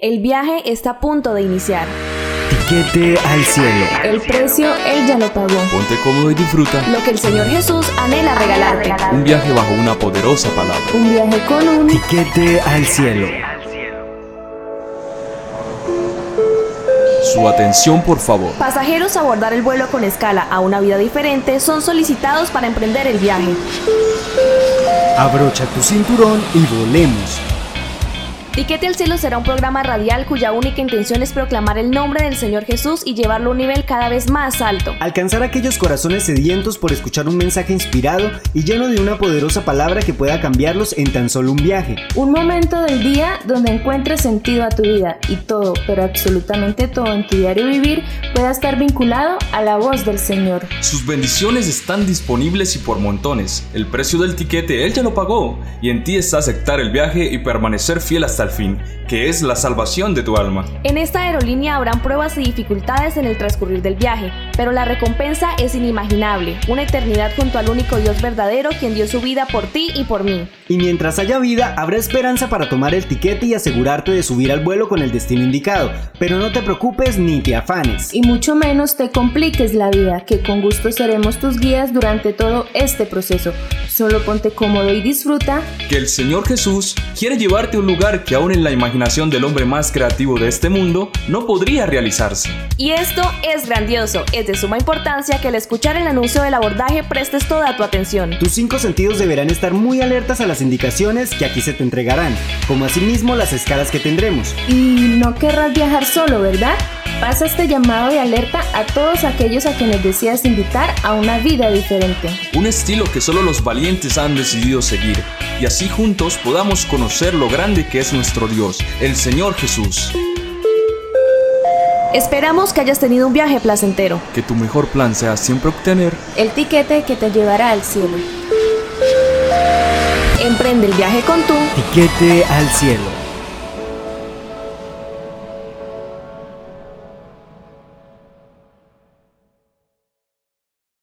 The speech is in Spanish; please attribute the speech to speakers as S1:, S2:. S1: El viaje está a punto de iniciar.
S2: Tiquete al cielo.
S1: El precio él ya lo pagó.
S3: Ponte cómodo y disfruta
S1: Lo que el Señor Jesús anhela regalarte.
S3: un viaje bajo una poderosa palabra.
S1: Un viaje con un...
S2: Tiquete al cielo.
S3: Su atención, por favor.
S1: Pasajeros a abordar el vuelo con escala a una vida diferente son solicitados para emprender el viaje.
S2: Abrocha tu cinturón y volemos.
S1: Tiquete al Cielo será un programa radial cuya única intención es proclamar el nombre del Señor Jesús y llevarlo a un nivel cada vez más alto.
S2: Alcanzar aquellos corazones sedientos por escuchar un mensaje inspirado y lleno de una poderosa palabra que pueda cambiarlos en tan solo un viaje.
S4: Un momento del día donde encuentres sentido a tu vida y todo, pero absolutamente todo en tu diario vivir pueda estar vinculado a la voz del Señor.
S3: Sus bendiciones están disponibles y por montones. El precio del tiquete él ya lo pagó. Y en ti está aceptar el viaje y permanecer fiel hasta el fin, que es la salvación de tu alma.
S1: En esta aerolínea habrán pruebas y dificultades en el transcurrir del viaje, pero la recompensa es inimaginable, una eternidad junto al único Dios verdadero quien dio su vida por ti y por mí.
S2: Y mientras haya vida, habrá esperanza para tomar el tiquete y asegurarte de subir al vuelo con el destino indicado. Pero no te preocupes ni te afanes.
S4: Y mucho menos te compliques la vida, que con gusto seremos tus guías durante todo este proceso. Solo ponte cómodo y disfruta
S3: Que el Señor Jesús quiere llevarte a un lugar que aún en la imaginación del hombre más creativo de este mundo no podría realizarse.
S1: Y esto es grandioso, es de suma importancia que al escuchar el anuncio del abordaje prestes toda tu atención.
S2: Tus cinco sentidos deberán estar muy alertas a las indicaciones que aquí se te entregarán, como asimismo las escalas que tendremos.
S4: y no querrás viajar solo, ¿verdad? Pasa este llamado de alerta a todos aquellos a quienes deseas invitar a una vida diferente.
S3: Un estilo que solo los valientes han decidido seguir. Y así juntos podamos conocer lo grande que es nuestro Dios, el Señor Jesús.
S1: Esperamos que hayas tenido un viaje placentero.
S3: Que tu mejor plan sea siempre obtener
S4: El tiquete que te llevará al cielo.
S1: Emprende el viaje con tú.
S2: Tiquete al cielo.